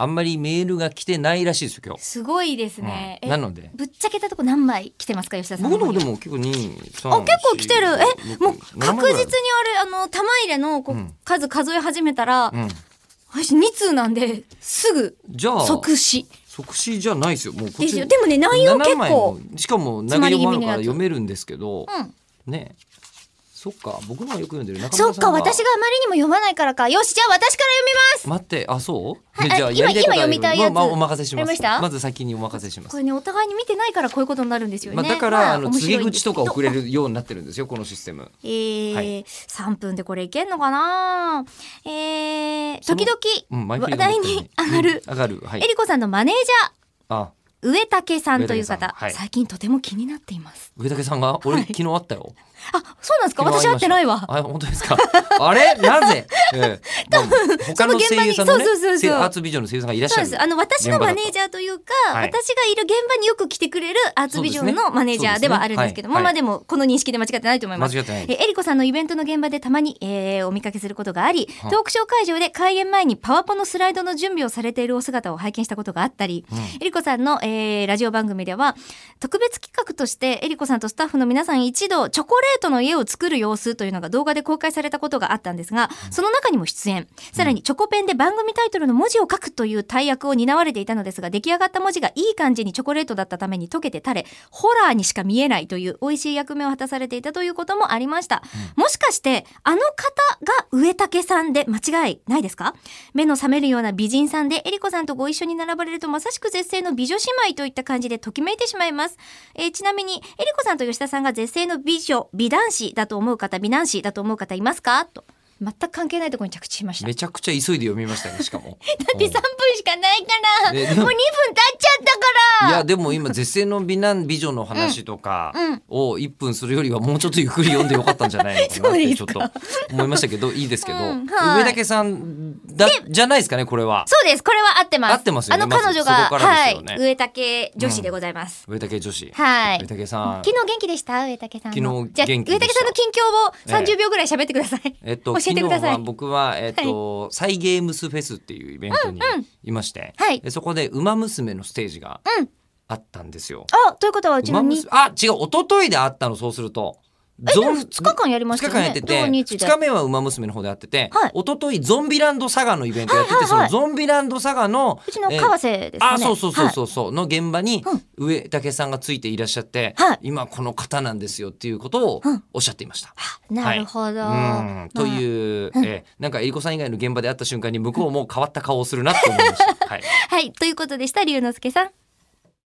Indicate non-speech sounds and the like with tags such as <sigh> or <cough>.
あんまりメールが来てないらしいですよ今日すごいですね。うんえなのでぶっちゃけたとこ何枚来てますか吉田さん。僕のでも結構2、3、あ結構来てる。え4もう確実にあ5 6 7れ。あの玉入れのこう、うん数数え始めたら、枚ぐらい私2通なんですぐうん、じゃあ即即死死じゃないですよもうこっでちすよ。でもね内容結7枚の構。しかも内容もあるから詰まり気味のやつ読めるんですけど、うん、ねそっか僕のはよく読んでる中そ村っさかんは私があまりにも読まないからかよしじゃあ私から読みます待ってあそう、はいでじゃああ今やりたいことある今読みたいやつまあまあお任せしまやりますしたず先にお任せしますこれねお互いに見てないからこういうことになるんですよね、まあ、だから、あ、の面白告いげんです口とか送けどれるようになってるんですよこのシステムえーは3分でこれいけんのかなえー、その時々、うん毎話題に上がる上がるはえいりこさんのマネージャーあ上竹さんという上竹さん方、はい最近とても気になっています上竹さんが俺、はい昨日会ったよあそうなんですか昨日私会ま会っしたてないわあ本当ですか <laughs> あれなぜ、 <laughs> ええまあ他の声優さんのねその現場にそうそうそうそう声アーツビジョンの声優さんがいらっしそうゃでるすあの私の現場だマとネージャーというか、はい私がいる現場によく来てくれるアーツビジョンそうですのねマネージャーではあるんですけども、そうですねはいまあでもこの認識で間違ってないと思い間ま違すってないえーえりこさんのイベントの現場でたまに、えーお見かけすることがありはトークショー会場で開演前にパワポのスライドの準備をされているお姿を拝見したことがあったり、えりこさんの、えーラジオ番組では特別企画としてえりこさんとスタッフの皆さん一度チョコレートの家を作る様子というのが動画で公開されたことがあったんですがその中にも出演さらにチョコペンで番組タイトルの文字を書くという大役を担われていたのですが出来上がった文字がいい感じにチョコレートだったために溶けて垂れホラーにしか見えないという美味しい役目を果たされていたということもありました、もしかしてあの方が植竹さんで間違いないですか目の覚めるような美人さんでえりこさんとご一緒に並ばれるとまさしく絶世の美女姉妹といった感じでときめいてしまいます、えーちなみにえりこさんと吉田さんが絶世の美女美男子だと思う方美男子だと思う方いますかと全く関係ないところに着地しま <laughs> しためちゃくちゃ急いで読みましたねしか <laughs> もだって3分しかないから、ねでももう2分経っちゃったからいやでも今絶世の美男美女の話とかを1分するよりはもうちょっとゆっくり読んでよかったんじゃないのかなっ <laughs> そうでてちょすっかと思いましたけ <laughs> どいいですけど、うんはい上竹さんだじゃないですかねこれはそうですこれは合ってます合ってますよねあの彼女が、まずそこからですよねはい、上竹女子でございます、上竹女子、はい上竹さん昨日元気でした上竹さんの昨日元気でしたじゃあ上竹さんの近況を30秒ぐらい喋ってください、えっと、教えてください昨日は僕は、えっとサイ・ゲームスフェスっていうイベントにいまして、はいでそこで「ウマ娘」のステージがうんあったんですよ。あということはうちの馬に娘あ違う一昨日であったのそうすると。ゾン2日間やりましたよね2日間やってて同日で2日目は「ウマ娘」の方でやってて、はい一昨日ゾンビランドサガのイベントやってて、はいはいはいそのゾンビランドサガのうちの川瀬ですかね、あそうそうそうう、そうそう、の現場にうん上竹さんがついていらっしゃって、はい今この方なんですよっていうことをうんおっしゃっていました。はい、なるほど、うんとう、いう、えーなんかえりこさん以外の <laughs> 現場で会った瞬間に向こうも変わった顔をするなって思いました。はいはいということでした龍之介さん